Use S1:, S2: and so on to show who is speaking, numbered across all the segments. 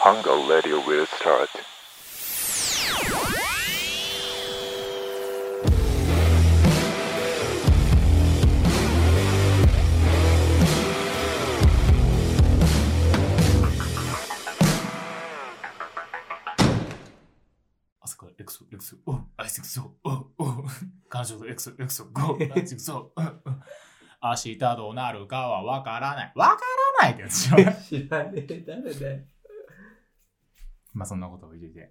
S1: Hango Radio will start.
S2: 朝からエクソ、エクソ、おアイシングソ、おお彼女とエクソ、エクソ、 ゴー、アイシングソ、お明日どうなるかはわからない。わからないってやつ でしょ
S3: 知らねえ、誰だよ。
S2: まあそんなことを言っていて。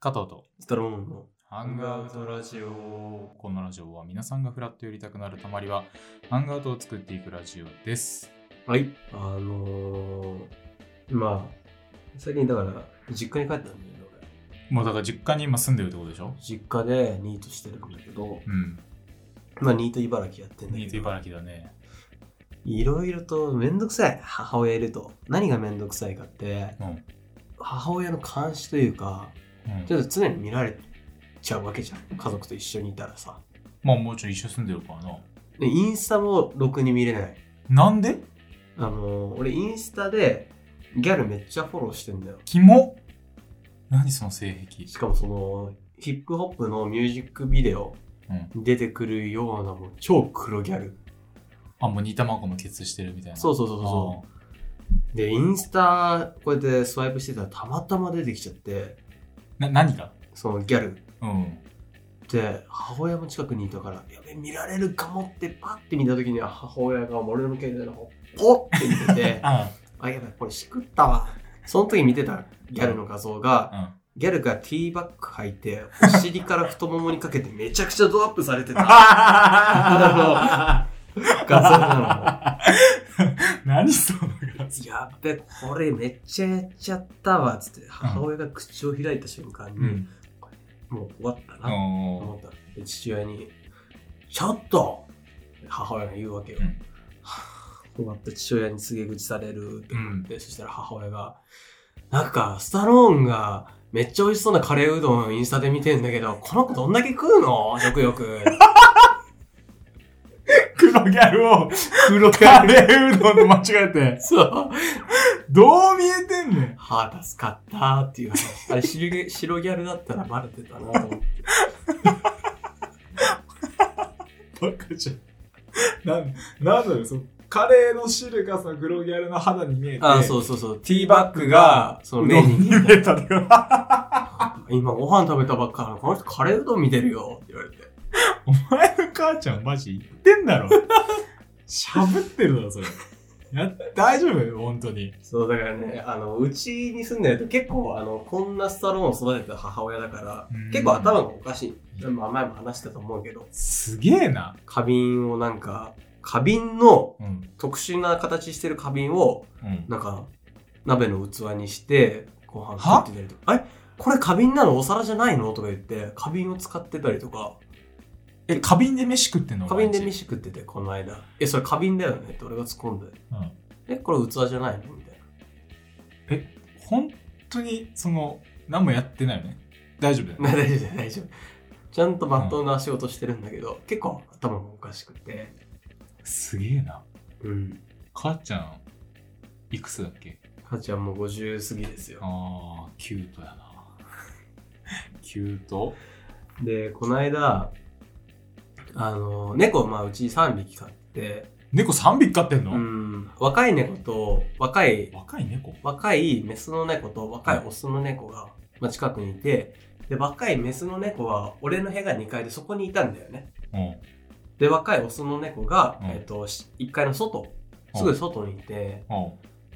S2: 加藤と、
S3: ストローンの。
S2: ハンガーアウトラジオ。このラジオは皆さんがフラット寄りたくなるたまりは、ハンガーアウトを作っていくラジオです。
S3: はい。あのー、まあ、最近だから、実家に帰ったんだよね、
S2: もうだから実家に今住んでるってことでしょ
S3: 俺。実家でニートしてるんだけど、
S2: うん。
S3: まあ、ニート茨城やってんだけど。
S2: ニート茨城だね。
S3: いろいろとめんどくさい、母親いると。何がめんどくさいかって、
S2: うん。
S3: 母親の監視というか、
S2: うん
S3: ちょっと常に見られちゃうわけじゃん。家族と一緒にいたらさ。
S2: まあもうちょい一緒に住んでるからな。
S3: で、インスタもろくに見れない。
S2: なんで
S3: あのー、俺インスタでギャルめっちゃフォローしてんだよ。
S2: キモ何その性癖
S3: しかもそのヒップホップのミュージックビデオに出てくるようなもう超黒ギャル、
S2: あ、もう煮卵もケツしてるみたいな。
S3: そうそうそうそうそうでインスタこうやってスワイプしてたらたまたま出てきちゃって
S2: な何が
S3: そのギャル
S2: うん。
S3: で母親も近くにいたからやべ見られるかもってパッて見た時には母親が俺の携帯の方ポッて見て て
S2: あ
S3: あやばいこれしくったわその時見てたギャルの画像が
S2: うん。
S3: ギャルがティーバッグ履いてお尻から太ももにかけてめちゃくちゃドアップされてた
S2: あ
S3: 画像な
S2: 何そのガス
S3: の。やっべ、これめっちゃやっちゃったわ、つって、母親が口を開いた瞬間に、
S2: うん。
S3: もう終わったな、と
S2: お
S3: 思った。で、父親に、ちょっと母親が言うわけよ。
S2: うん
S3: はぁ終わった父親に告げ口されるって思って、そしたら母親が、なんか、スタローンが、めっちゃ美味しそうなカレーうどんをインスタで見てんだけど、この子どんだけ食うの食欲。
S2: 黒ギャルを
S3: 黒
S2: カレーうどんと間違えて。
S3: そう。
S2: どう見えてんねん。
S3: はあ、助かったーっていう話。あれ白ギャ、白ギャルだったらバレてたなと思って。
S2: バカじゃん。なん、なんだよ、そのカレーの汁がさ、黒ギャルの肌に見えて。
S3: あ、そうそうそう。ティーバッグが、その
S2: う
S3: 目
S2: どんに
S3: に
S2: 見えたとか。
S3: 今ご飯食べたばっかなの。この人カレーうどん見てるよって言われて。
S2: お前の母ちゃんマジ言ってんだ ろ。しゃぶってるだろ、それ。や大丈夫本当に。
S3: そう、だからね、あの、うちに住んでると結構、あの、こんなスタローンを育てた母親だから
S2: うん、
S3: 結構頭がおかしい。まあ前も話したと思うけど、
S2: すげえな。
S3: 花瓶をなんか、花瓶の
S2: うん。
S3: 特殊な形してる花瓶を
S2: うん。
S3: なんか、鍋の器にして、ご飯
S2: は
S3: 食ってたりとか、えこれ花瓶なのお皿じゃないのとか言って、花瓶を使ってたりとか、
S2: え、花瓶で飯食ってんの
S3: 花瓶で
S2: 毎日
S3: 飯食ってて、この間。え、それ花瓶だよねって俺が突っ込んで。
S2: うん。
S3: え、これ器じゃないのみたいな。
S2: 本当にその何もやってないよね大丈 夫だよね
S3: 大丈夫大丈夫。ちゃんとまっとうな仕事してるんだけど、結構頭もおかしくて。
S2: すげえな
S3: うん。
S2: 母ちゃんいくつだっけ
S3: 母ちゃんも50過ぎですよ。
S2: ああキュートや なキュート
S3: で、この間、あの、猫、まあうち3匹飼って、
S2: 猫3匹飼ってんの、
S3: うん、若い猫と若い
S2: 若い猫
S3: 若いメスの猫と若いオスの猫が、まあ、近くにいてで若いメスの猫は俺の部屋が2階でそこにいたんだよね
S2: うん
S3: で若いオスの猫が、
S2: うん
S3: えっとし1階の外すぐ外にいて
S2: う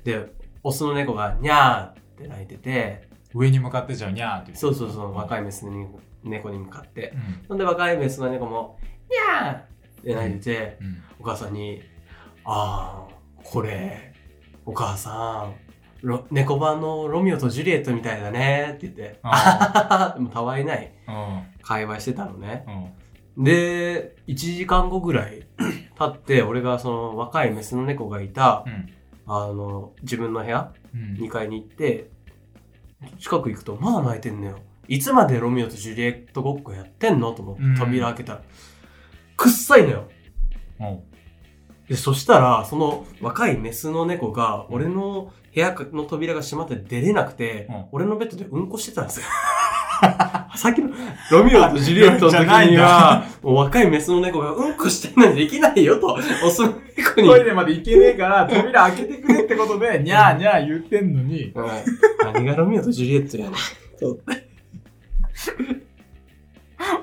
S2: ん
S3: でオスの猫が「にゃー」って鳴いてて
S2: 上に向かってじゃあにゃーって
S3: そうそうそう若
S2: い、
S3: いメスの猫猫に向かって
S2: うん
S3: ほんで若いメスの猫も「にゃー」って鳴いてて、
S2: うん、
S3: お母さんに「あーこれお母さんロ猫版のロミオとジュリエットみたいだね」って言って「
S2: あ
S3: あでもたわいない
S2: うん
S3: 会話してたのね
S2: うん
S3: で1時間後ぐらい経って俺がその若いメスの猫がいた
S2: うん
S3: あの自分の部屋
S2: うん
S3: 2階に行って近く行くとまだ泣いてんのよいつまでロミオとジュリエットごっこやってんのと思って
S2: うん
S3: 扉開けたら、くっさいのよ
S2: うん
S3: で、そしたら、その若いメスの猫が、俺の部屋の扉が閉まって出れなくて、
S2: うん
S3: 俺のベッドでうんこしてたんですよ。 さっきのロミオとジュリエットの
S2: じ
S3: 時
S2: ゃないん
S3: には
S2: だ、
S3: もう若いメスの猫がうんこしてんのにできないよと、オスの猫に。
S2: トイレまで行けねえから、扉開けてくれってことで、にゃーにゃー言ってんのに、
S3: うん何がロミオとジュリエットやねん。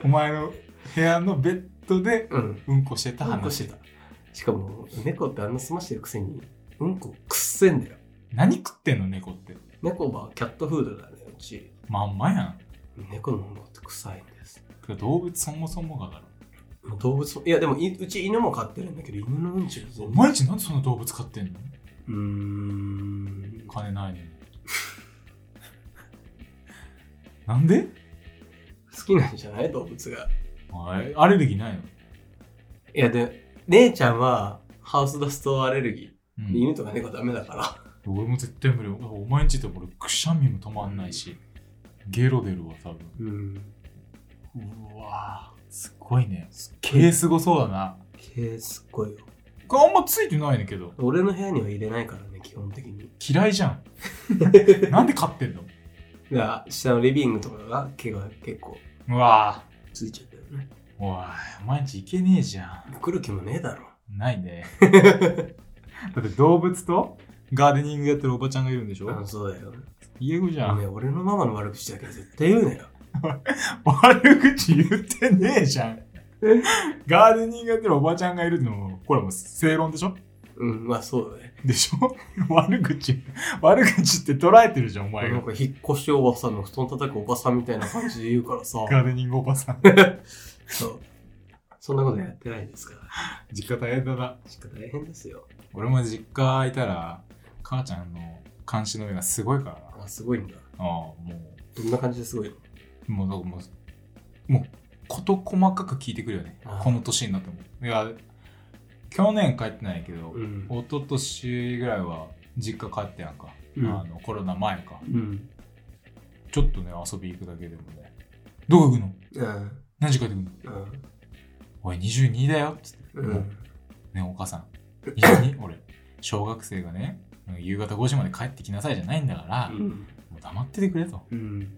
S2: お前の部屋のベッドで
S3: うん。
S2: うんこしてた
S3: うんこ
S2: 話。
S3: してた。しかも、猫ってあんな済ましてるくせに、うんこくっせんだよ。
S2: 何食ってんの、猫って。
S3: 猫はキャットフードだね、うち。
S2: まんまやん。
S3: 猫のうんこって臭いんです。
S2: てか動物そもそもがだろ。
S3: 動物もいやでもいうち犬も飼ってるんだけど犬のうんちが
S2: お
S3: 全然
S2: 前んちなんでそんな動物飼ってんの
S3: うーん
S2: 金ない ねん。なんで
S3: 好きなんじゃない動物が
S2: あれアレルギーないの、
S3: いやで姉ちゃんはハウスダストアレルギ
S2: う
S3: ー、
S2: ん
S3: 犬とか猫ダメだから
S2: 俺も絶対無理。お前んちって俺くしゃみも止まんないし、ゲロ出るわ、多分。
S3: うん
S2: うわぁ、すごいね。ケ
S3: ケ
S2: ー
S3: ース
S2: スごそうだな。
S3: ケースっごいよ
S2: これあんまついてないねんけど。
S3: 俺の部屋には入れないからね基本的に
S2: 嫌いじゃ ん。なんで飼ってんの
S3: だから下のリビングとかが毛が結構
S2: うわぁ。
S3: ついちゃったよね
S2: おい、お前んち行けねえじゃ
S3: 来る気もねえだろ
S2: ん。ない ね。だって動物とガーデニングやってるおばちゃんがいるんでし
S3: あ
S2: ょ
S3: そうだよ、
S2: 家子じゃん。
S3: ね、俺のママの悪口だけど絶対言うなよ
S2: 悪口言ってねえじ ゃん。ガーデニングやってるおばちゃんがいるのも、これもう正論でしょ
S3: うんまあそうだね
S2: でしょ 悪口、悪口って捉えてるじゃん、お前
S3: な
S2: が
S3: ん。か引っ越しおばさんの布団叩くおばさんみたいな感じで言うから さ。
S2: ガーデニングおばさん。
S3: そう。そんなことやってないですから。
S2: 実家大変だな。
S3: しか大変ですよ。
S2: 俺も実家いたら、母ちゃんの監視の目がすごいからな。あ
S3: あ、すごいんだ。
S2: あ、も
S3: どんな感じですごいの
S2: う、もうなんかもう、もう、こと細かく聞いてくるよね
S3: あ。あ
S2: この年になっても。いや、去年帰ってないけど、
S3: ん
S2: 一昨年ぐらいは実家帰ってやんか、
S3: うん
S2: あのコロナ前か
S3: うん。
S2: ちょっとね遊び行くだけでもねどこ行くの
S3: うん。
S2: 何時帰ってくるの
S3: うん。
S2: おい22だよっつって
S3: うん。
S2: ねお母さん 22俺小学生がね夕方5時まで帰ってきなさいじゃないんだから、
S3: うん。
S2: もう黙っててくれと
S3: うん。
S2: で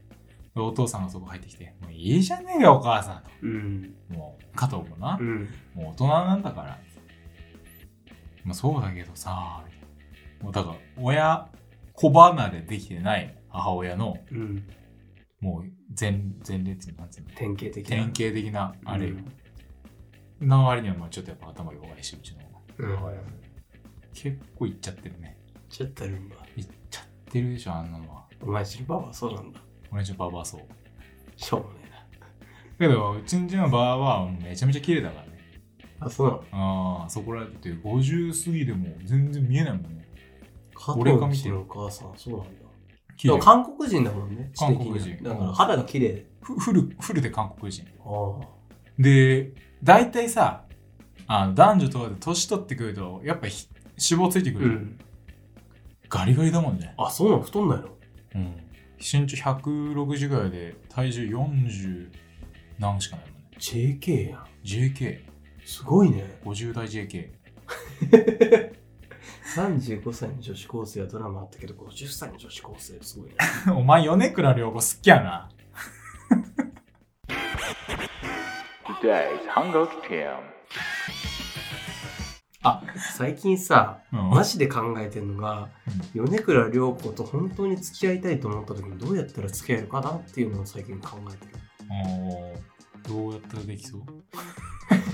S2: お父さんがそこ入ってきて「もういいじゃねえよお母さん」と
S3: うん。
S2: もう加藤もな、
S3: うん。
S2: もう大人なんだからまあそうだけどさみたいなもうだから親子離れできてない母親の
S3: うん。
S2: もう前前列になんつうの
S3: 典型的な。
S2: 典型的なあれよ
S3: う、ん
S2: の割にはまあちょっとやっぱ頭弱いしうちの方が
S3: うん。
S2: 結構いっちゃってるね
S3: ちょっとやるんだ。
S2: いっちゃってるでしょあんなのは
S3: お前、シルバーはそうなんだ。
S2: 俺んちのババアはそう
S3: しょうもねえな。
S2: けどうちんちのババアはめちゃめちゃ綺麗だからね
S3: あ、そうなの
S2: ああそこらだって50過ぎでも全然見えないもんね
S3: 加
S2: 俺が
S3: 藤
S2: 見
S3: 氏
S2: て
S3: のお母さん、そうなんだ。
S2: 綺
S3: でも
S2: 麗
S3: 韓国人だもんね。知的には
S2: 韓国人
S3: だから肌が綺麗。
S2: ふフルフルで韓国人
S3: ああ。
S2: で大体さあの男女問わず年取ってくるとやっぱひ脂肪ついてくる、
S3: うん。
S2: ガリガリだもんね
S3: あ、そうなの太んないの
S2: うん、身長160ぐらいで体重40何しかないもんね
S3: ?JK やん。
S2: JK50
S3: すごいね。
S2: 代 JK
S3: 35歳の女子高生はドラマあったけど、50歳の女子高生すご いね。
S2: お前米倉涼子好きやな
S1: Today's Hangok Team.
S3: 最近さ、
S2: うん
S3: マジで考えてんのが、米倉涼子と本当に付き合いたいと思った時にどうやったら付き合えるかなっていうのを最近考えてる。
S2: おーどうやったらできそう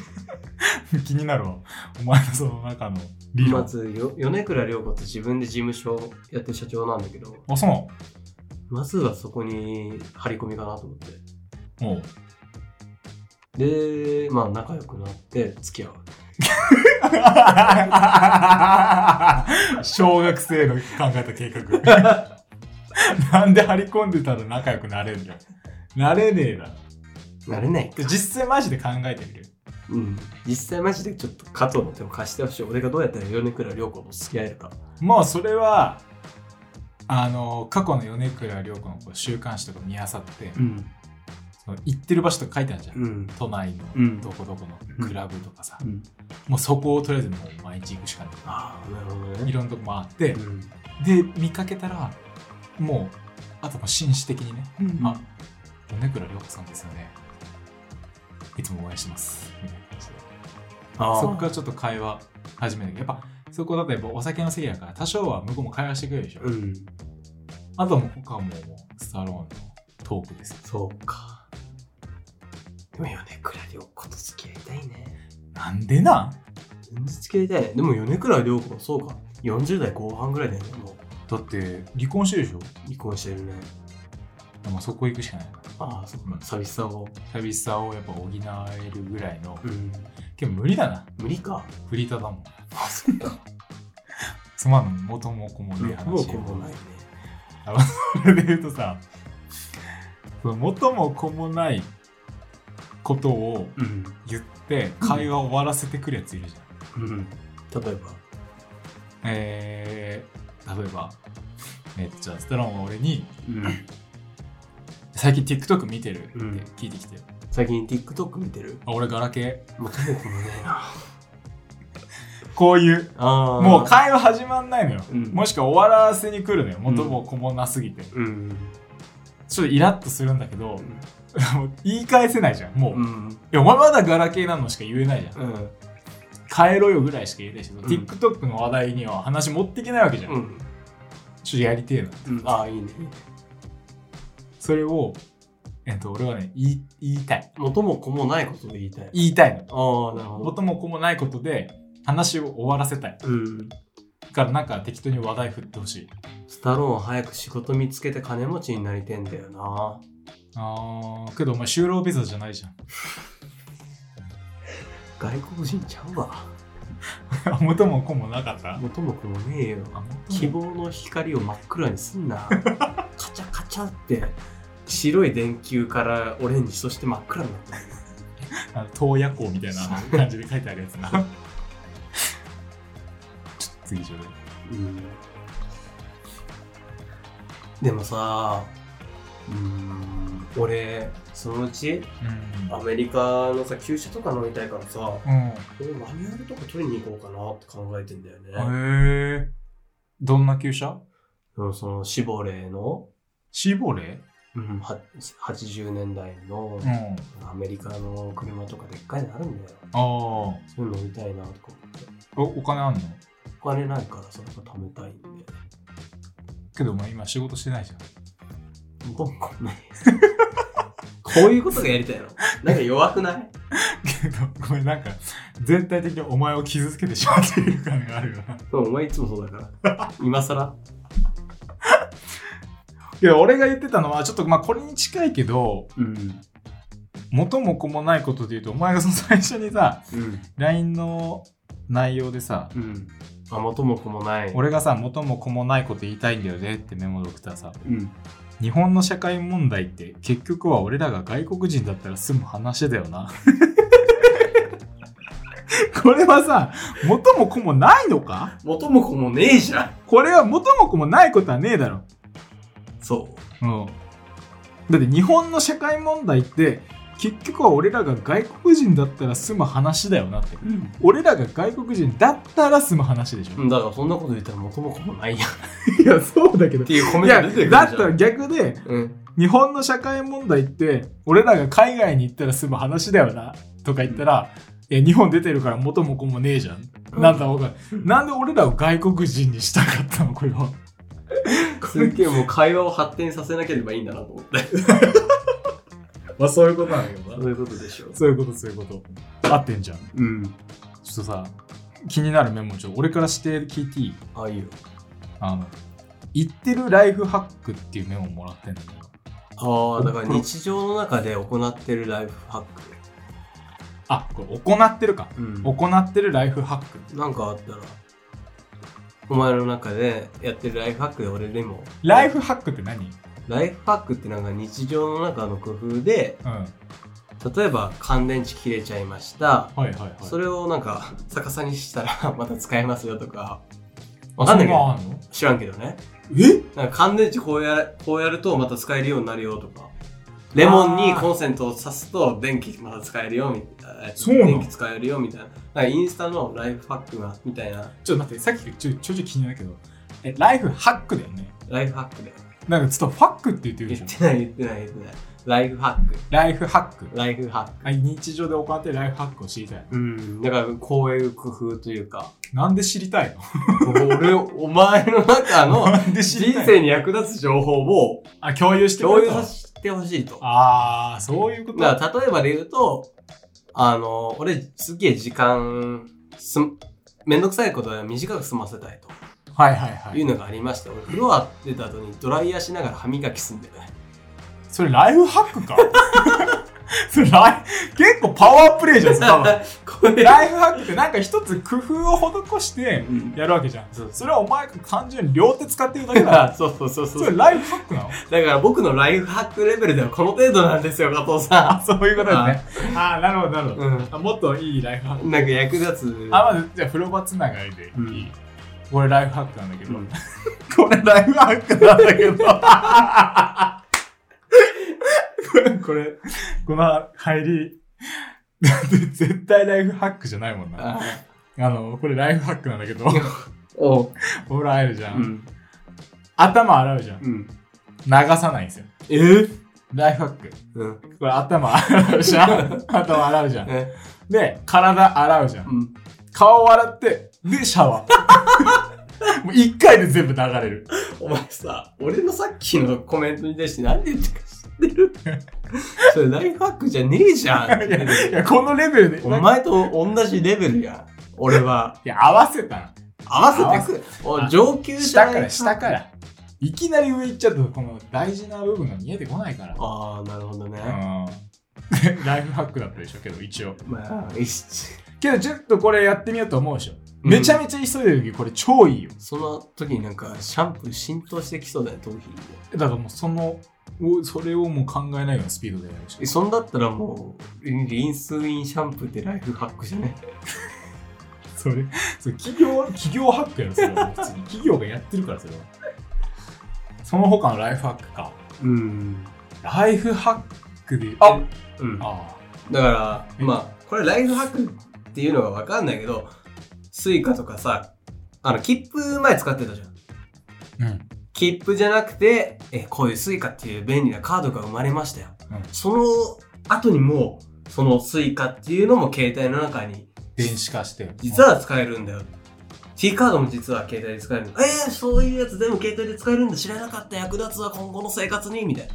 S2: 気になるわお前のその中の理
S3: ま
S2: 論
S3: ず、よ米倉涼子って自分で事務所やってる社長なんだけど、
S2: あそうなの
S3: まずはそこに張り込みかなと思って。
S2: おう
S3: で、まあ仲良くなって付き合う。
S2: 小学生の考えた計画 なんで張り込んでたら仲良くなれんのなれねえな
S3: なれないか。
S2: 実際マジで考えてみる
S3: うん。実際マジでちょっと加藤の手を貸してほしい。俺がどうやったら米倉涼子と付き合えるか。
S2: もうそれはあの過去の米倉涼子のこう週刊誌とか見あさって
S3: うん。
S2: その行ってる場所とか書いてあるじゃん、
S3: うん。
S2: 都内
S3: うん
S2: のどこどこのクラブとかさ、
S3: うん。
S2: もうそこをとりあえずもう毎日行くしかない
S3: ああ、なるほど
S2: い
S3: ね。
S2: ろんなとこ回って、
S3: うん。
S2: で見かけたらもうあともう紳士的にね
S3: うん
S2: あ米倉涼子さんですよねいつも応援してますみたいな感じで
S3: あ
S2: そこからちょっと会話始めるやっぱそこだとやっぱお酒の席だから多少は向こうも会話してくれるでしょ、
S3: うん。
S2: あとはもうここはもうスタローンのトークですよ
S3: そうか。でも米倉涼子と付き合いたいね。
S2: なんでなん
S3: 全然付き合いたいね。でも米倉涼子もそうか。40代後半ぐらいだよね。もう
S2: だって離婚してるでしょ
S3: 離婚してるね。
S2: でもそこ行くしかないな
S3: ああ、そうか。寂しさを。
S2: 寂しさをやっぱ補えるぐらいの
S3: うん。
S2: けど無理だな
S3: 無理か。
S2: フリーターだもん
S3: あ、そうか。
S2: つまん元も子もねえ話
S3: もうこもないね。
S2: それで言うとさその元も子もないことを
S3: うん。
S2: 言って会話を終わらせてくるやついるじゃん、
S3: うん。例えば。
S2: えー、例えばえっとじゃあストロンは俺に
S3: うん。
S2: 最近 TikTok 見てるって
S3: うん
S2: 聞いてきて、
S3: 最近 TikTok 見てる
S2: あ俺ガラケ
S3: もうともこもねえな。
S2: ーこういう
S3: ああ。
S2: もう会話始まんないのよ、
S3: うん
S2: もしくは終わらせに来るのよ元も子もなすぎて、
S3: うん。
S2: ちょっとイラッとするんだけど、 もう言い返せないじゃんもう、
S3: う
S2: い
S3: ん。
S2: やお前まだガラケーなのしか言えないじゃん
S3: うん。
S2: 帰ろよぐらいしか言えないし、
S3: ん
S2: TikTok の話題には話持っていけないわけじゃん、
S3: うん。
S2: ちょっとやりてえな
S3: うん。ああ、いいね。
S2: それをえっと俺はね言い言いたい
S3: もともこもないことで言いたい。
S2: 言いたいの
S3: ああ、なるほど。
S2: 元も子もないことで話を終わらせたい
S3: うん。
S2: だからなんか適当に話題振ってほしい
S3: スタローン早く仕事見つけて金持ちになりてんだよな。
S2: あーけどお前就労ビザじゃないじゃん
S3: 外国人ちゃうわ。
S2: 元も子もなかった
S3: もともこもねえよ。
S2: あ
S3: 希望の光を真っ暗にすんな。カチャカチャって。白い電球からオレンジ、そして真っ暗になった。
S2: あの洞爺湖みたいな感じで書いてあるやつなちょっと次 ちょうだい
S3: うんでもさ、うん、俺、そのうちアメリカのさ、旧車とか乗りたいからさ、
S2: うん、うん
S3: 俺マニュアルとか取りに行こうかなって考えてんだよね。
S2: へえ。どんな旧車
S3: うんそのシボレーの、
S2: シーボレ
S3: うん、は80年代の
S2: ーん。
S3: アメリカの車とかでっかいのあるんだよ。
S2: ああ。お
S3: そういうの乗りたいなとか思って。
S2: お金あんの
S3: お金ないからそれが貯めたいんで。
S2: けどお前今仕事してないじゃん。
S3: どんこんなにこういうことがやりたいのなんか弱くない
S2: けど、これなんか、全体的にお前を傷つけてしまっている感があるよな。
S3: うんお前いつもそうだから。今更
S2: いや、俺が言ってたのは、ちょっとまあこれに近いけど、
S3: うん。
S2: 元も子もないことで言うと、お前がその最初にさ、
S3: うん。
S2: LINE の内容でさ、
S3: うん。あ、元も子もない。
S2: 俺がさ、元も子もないこと言いたいんだよねってメモドクターさ、
S3: うん。
S2: 日本の社会問題って結局は俺らが外国人だったら済む話だよな。 これはさ、元も子もないのか
S3: 元も子もねえじゃん。
S2: これは元も子もないことはねえだろ。
S3: そう。
S2: うん。だって日本の社会問題って結局は俺らが外国人だったら済む話だよなって。
S3: う
S2: 俺らが外国人だったら済む話でしょ。
S3: ん。だからそんなこと言ったら元も子もないやん。っ
S2: いや、そうだけど。
S3: ていうコメ
S2: い
S3: ン
S2: や、
S3: ト出てくるじゃ
S2: だ
S3: ん。
S2: ったら逆で、
S3: うん。
S2: 日本の社会問題って俺らが海外に行ったら済む話だよなとか言ったら、いや日本出てるから元も子もねえじゃん、なんだわかるなんで俺らを外国人にしたかったのこれは
S3: すっげえもう会話を発展させなければいいんだなと思って。
S2: まあそういうことなんだけど
S3: そういうことでしょ。
S2: そういうことそういうこと合ってんじゃんちょ
S3: うん。
S2: っとさ気になるメモ帳俺からして聞いていい
S3: ああ、いいよ。
S2: あの言ってるライフハックっていうメモもらってんだけど
S3: ああ、だから日常の中で行ってるライフハック。
S2: あこれ行ってるか
S3: うん
S2: 行ってるライフハック
S3: なんかあったら、お前の中でやってるライフハックで俺でも。
S2: ライフハックって何
S3: ライフハックってなんか日常の中の工夫で
S2: うんはい
S3: 例えば乾電池切れちゃいました
S2: はいはい
S3: それをなんか逆さにしたら また使えますよとか
S2: わ
S3: わかんない
S2: け
S3: け
S2: ど
S3: ど
S2: あんの
S3: 知らんけどね
S2: え
S3: なんか乾電池こうやこうやるとまた使えるようになるよとかレモンにコンセントを挿すと電気まだ使えるよみたいな。
S2: そうなの
S3: 電気使えるよみたいな。なんかインスタのライフハックがみたいな。
S2: ちょっと待って、さっきちょちょいちょい気になるけど、え、ライフハックだよね。
S3: ライフハックで。
S2: なんかちょっとファックって言ってるで
S3: 言っ
S2: しょ。
S3: てない言ってない言ってない。ライフハック。
S2: ライフハック。
S3: ライフハック。
S2: あ日常で行ってるライフハックを知りたい。
S3: うん。だからこういう工夫というか、
S2: なんで知りたいの
S3: 俺、お前の中の
S2: なんで知り
S3: 人
S2: たいの
S3: 生に役立つ情報を
S2: あ、共有してく
S3: 共
S2: れ
S3: 有
S2: た
S3: させてほしいと。
S2: ああ、そういうこと。
S3: だから例えばで言うと、あの、俺すげえ時間す、めんどくさいことは短く済ませたい
S2: はいはいは
S3: とい
S2: い。
S3: うのがありまして、俺風呂あ出た後にドライヤーしながら歯磨きすんでね。
S2: それライフハックか それライ結構パワープレイじゃん、それ多 分。
S3: これ
S2: ライフハックってなんか一つ工夫を施して
S3: うん
S2: やるわけじゃん。
S3: そう
S2: それはお前が単純に両手使ってるだけだから。
S3: あ そうそうそ う
S2: そ
S3: そう。
S2: れライフハックなの
S3: だから僕のライフハックレベルではこの程度なんですよ、加藤さ
S2: あ、 そういうことですね。ああ、なるほど、なるほ
S3: ん。
S2: ど。
S3: う
S2: あもっといいライフハック。
S3: ん。なんか役立つ。
S2: あ、まず、じゃあ風呂場つながりでいい。
S3: うん
S2: これライフハックなんだけ
S3: う
S2: ど。
S3: ん
S2: これライフハックなんだけど。 これ、これ、この入り、 だって絶対ライフハックじゃないもんな。
S3: あ
S2: あの、これライフハックなんだけど、
S3: おう。
S2: お風呂入るじ
S3: う
S2: ゃん。
S3: ん。
S2: 頭洗うじゃん。
S3: うん。
S2: 流さないんですよ。
S3: えー
S2: ライフハック。
S3: うん。
S2: これ頭洗うじゃん。頭洗うじゃん。
S3: え
S2: で、体洗うじゃん
S3: う。ん。
S2: 顔を洗って、で、シャワー。も う一回で全部流れる。
S3: お前さ、俺のさっきのコメントに対して何で言ってるか知ってる それライフハックじゃねえじゃ
S2: いや、い
S3: ん。
S2: やこのレベルで。
S3: お
S2: なんか
S3: 前と同じレベルやん。俺は。
S2: いや、合わせたな。
S3: 合わせてく。お上級者
S2: 下から、下から。いきなり上行っちゃうと、この大事な部分が見えてこないから。
S3: ああ、なるほど
S2: う
S3: ね。
S2: ん。 ライフハックだったでしょ、けど、一応。
S3: まあ、いっし
S2: けど、ちょっとこれやってみようと思うでしょ。
S3: うん
S2: めちゃめちゃ急いでる時、これ超いいよ。
S3: その時になんかシャンプー浸透してきそうだよ、頭皮に。
S2: だからもう、その、おそれをもう考えないようなスピードでやるし
S3: えそんだったらもう、リンスインシャンプーってライフハックじゃね
S2: それ、それ企業、企業ハックやろ、それは。普通に企業がやってるから、それは。その他のライフハックか。
S3: うん。
S2: ライフハックで。あ
S3: うん。
S2: あ
S3: だか
S2: う
S3: ら、
S2: ん
S3: まあ、これライフハックっていうのがわかんないけど、スイカとかさ、あの、切符前使ってたじゃん。
S2: うん。
S3: 切符じゃなくて、え、こういうスイカっていう便利なカードが生まれましたよ。
S2: うん
S3: その後にもう、そのスイカっていうのも携帯の中に、
S2: 電子化して。
S3: 実は使えるんだよ。T カードも実は携帯で使える。えー、そういうやつ全部携帯で使えるんだ。知らなかった役立つわ、今後の生活に、みたいな。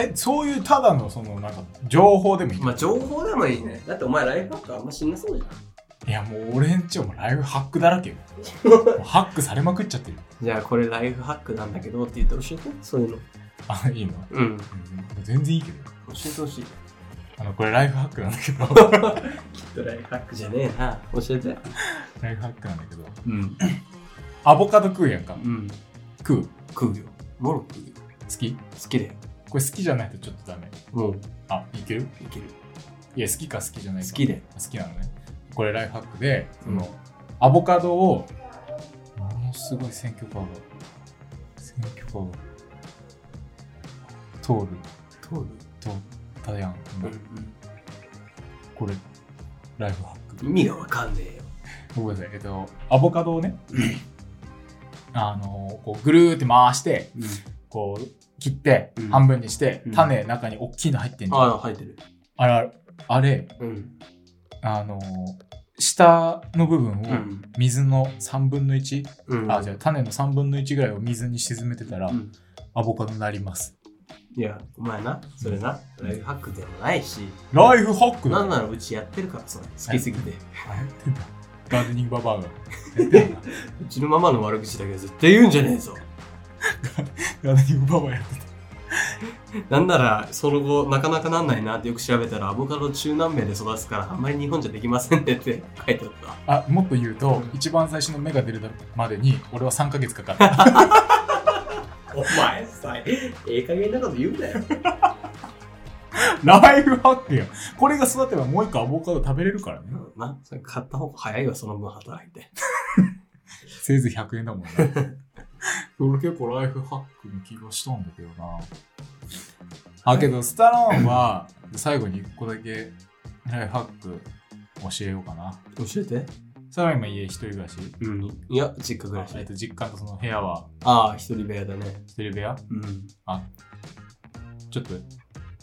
S2: え、そういうただの、その、なんか、情報でもいい。
S3: まあ、情報でもいいね。だってお前ライフハックあんましんなそうじゃん。
S2: いや、もう俺んちはもうライフハックだらけ よ。もうハックされまくっちゃってる。
S3: じゃあこれライフハックなんだけどって言って教えてそういうの
S2: あ、いいの、
S3: うん教
S2: うん、全然いいけど。
S3: えてほしいきっ
S2: あの、これライフハックなんだけ ど。
S3: とライフハックじゃねえな教えて
S2: ライフハックなんだけど。
S3: うん
S2: アボカド食うやんか。
S3: うん
S2: 食う。好
S3: 食うよもろ食うよ
S2: き
S3: 好きだよ
S2: これ好きじゃないとちょっとダメ。
S3: もう
S2: あ、いける
S3: いける
S2: いや、好きか好きじゃないか。
S3: 好きで
S2: 好きなのねこれライフハックでその、
S3: うん
S2: アボカドをものすごい選挙カーが選挙カーが通る
S3: 通る
S2: 通ったやん、今これライフハック
S3: 意味がわかんねえよ
S2: ごめんなさいえっとアボカドを ねあのこうぐるーって回してこう切って
S3: うん
S2: 半分にして、
S3: うん
S2: 種中に大きいの入ってんじゃん、
S3: ああ入ってる
S2: あれあれ
S3: うん
S2: あの下の部分を
S3: うん
S2: 水の3分の1、
S3: うん
S2: あ、じゃあ種の3分の1ぐらいを水に沈めてたら、
S3: うん
S2: アボカドになります。
S3: いやお前なそれなライフハックでもないし
S2: ライフハックだ
S3: なんならうちやってるからそれ好きすぎて
S2: あやってんだガーデニングババアが。やってんだ
S3: うちのママの悪口だけは絶対言うんじゃねえぞ
S2: ガーデニングババアやって
S3: なんなら、その後、なかなかなんないなってよく調べたら、アボカド中南米で育つから、あんまり日本じゃできませんねって 書いてあった。
S2: た。あ、もっと言うと、
S3: うん
S2: 一番最初の芽が出るまでに、俺は3ヶ月かかった。
S3: お前さ、ええ加減なこと言うなよ。
S2: ライフハックや。これが育てばもう一個アボカド食べれるからね。
S3: な、それ買った方が早いわ、その分働いて。
S2: せいぜい100円だもん ね。俺結構ライフハックの気がしたんだけどな。あけどスタローンは最後に1個だけライフハック教えようかな
S3: 教えて。
S2: スタローン今家一人暮らし
S3: うん。いや、実家暮ら
S2: えっ
S3: し。
S2: と実家とその部屋は
S3: ああ、一人部屋だね。
S2: 一人部屋
S3: うん。
S2: ちょっと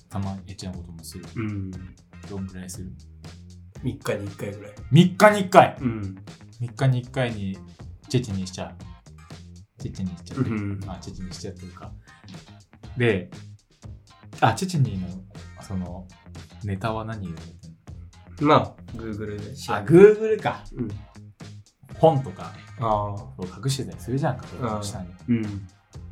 S2: たまにエッチなこともする
S3: うん。
S2: どんぐらいする
S3: 3日に1回ぐらい。
S2: 3日に1回
S3: うん。
S2: 3日に1回にチェチェにしちゃうチェチェにしちゃう
S3: うん
S2: あチェチェにしちゃうっていうかであチェチェニーのそのネタは何言うの
S3: まあ、Google で調べ
S2: あ、グーグルか。
S3: うん。
S2: 本とか
S3: ああ。
S2: を隠してたりするじゃんか、その下に。
S3: うん。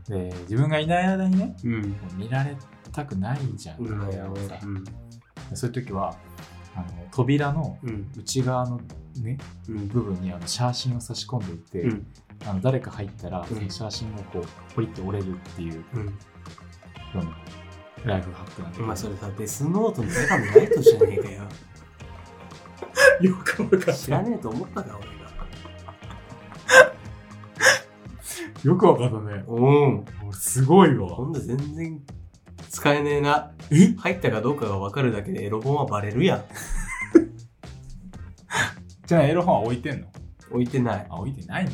S2: で、自分がいない間にね、
S3: うん。
S2: もう見られたくないじゃん、
S3: う
S2: 部屋をさ。
S3: ん。
S2: でそういう時は、あの扉の
S3: うん。
S2: 内側のね、
S3: うん。
S2: 部分にあの写真を差し込んでいって、
S3: うん
S2: あの誰か入ったら、
S3: うん
S2: その写真をこう、ポイって折れるっていうよ
S3: うん。
S2: うなライフハックなんだけ
S3: お
S2: ど
S3: 前それさ、デスノートの手紙ないとじゃねえか よ。
S2: よくわかっ
S3: 知らねえと思ったか、俺が。
S2: た。よくわかったね。
S3: おん。
S2: 俺すごいわ。
S3: 今度全然使えねえな。
S2: え
S3: 入ったかどうかが分かるだけでエロ本はバレるやん。
S2: じゃあエロ本は置いてんの
S3: 置いてない。
S2: あ、置いてないんだ。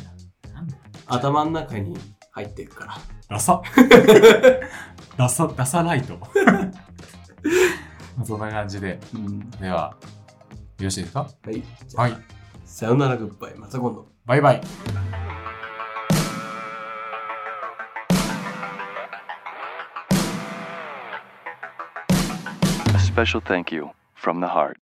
S2: なんだ
S3: 頭の中に入ってるから。
S2: ダサ ダサ、ダサライト。 そんな感じで。
S3: うん。
S2: では、よろしいですか
S3: はい。じゃあ
S2: はい。
S3: さよならグッバイ。また今度。
S2: バイバイ。
S1: A special thank you from the heart.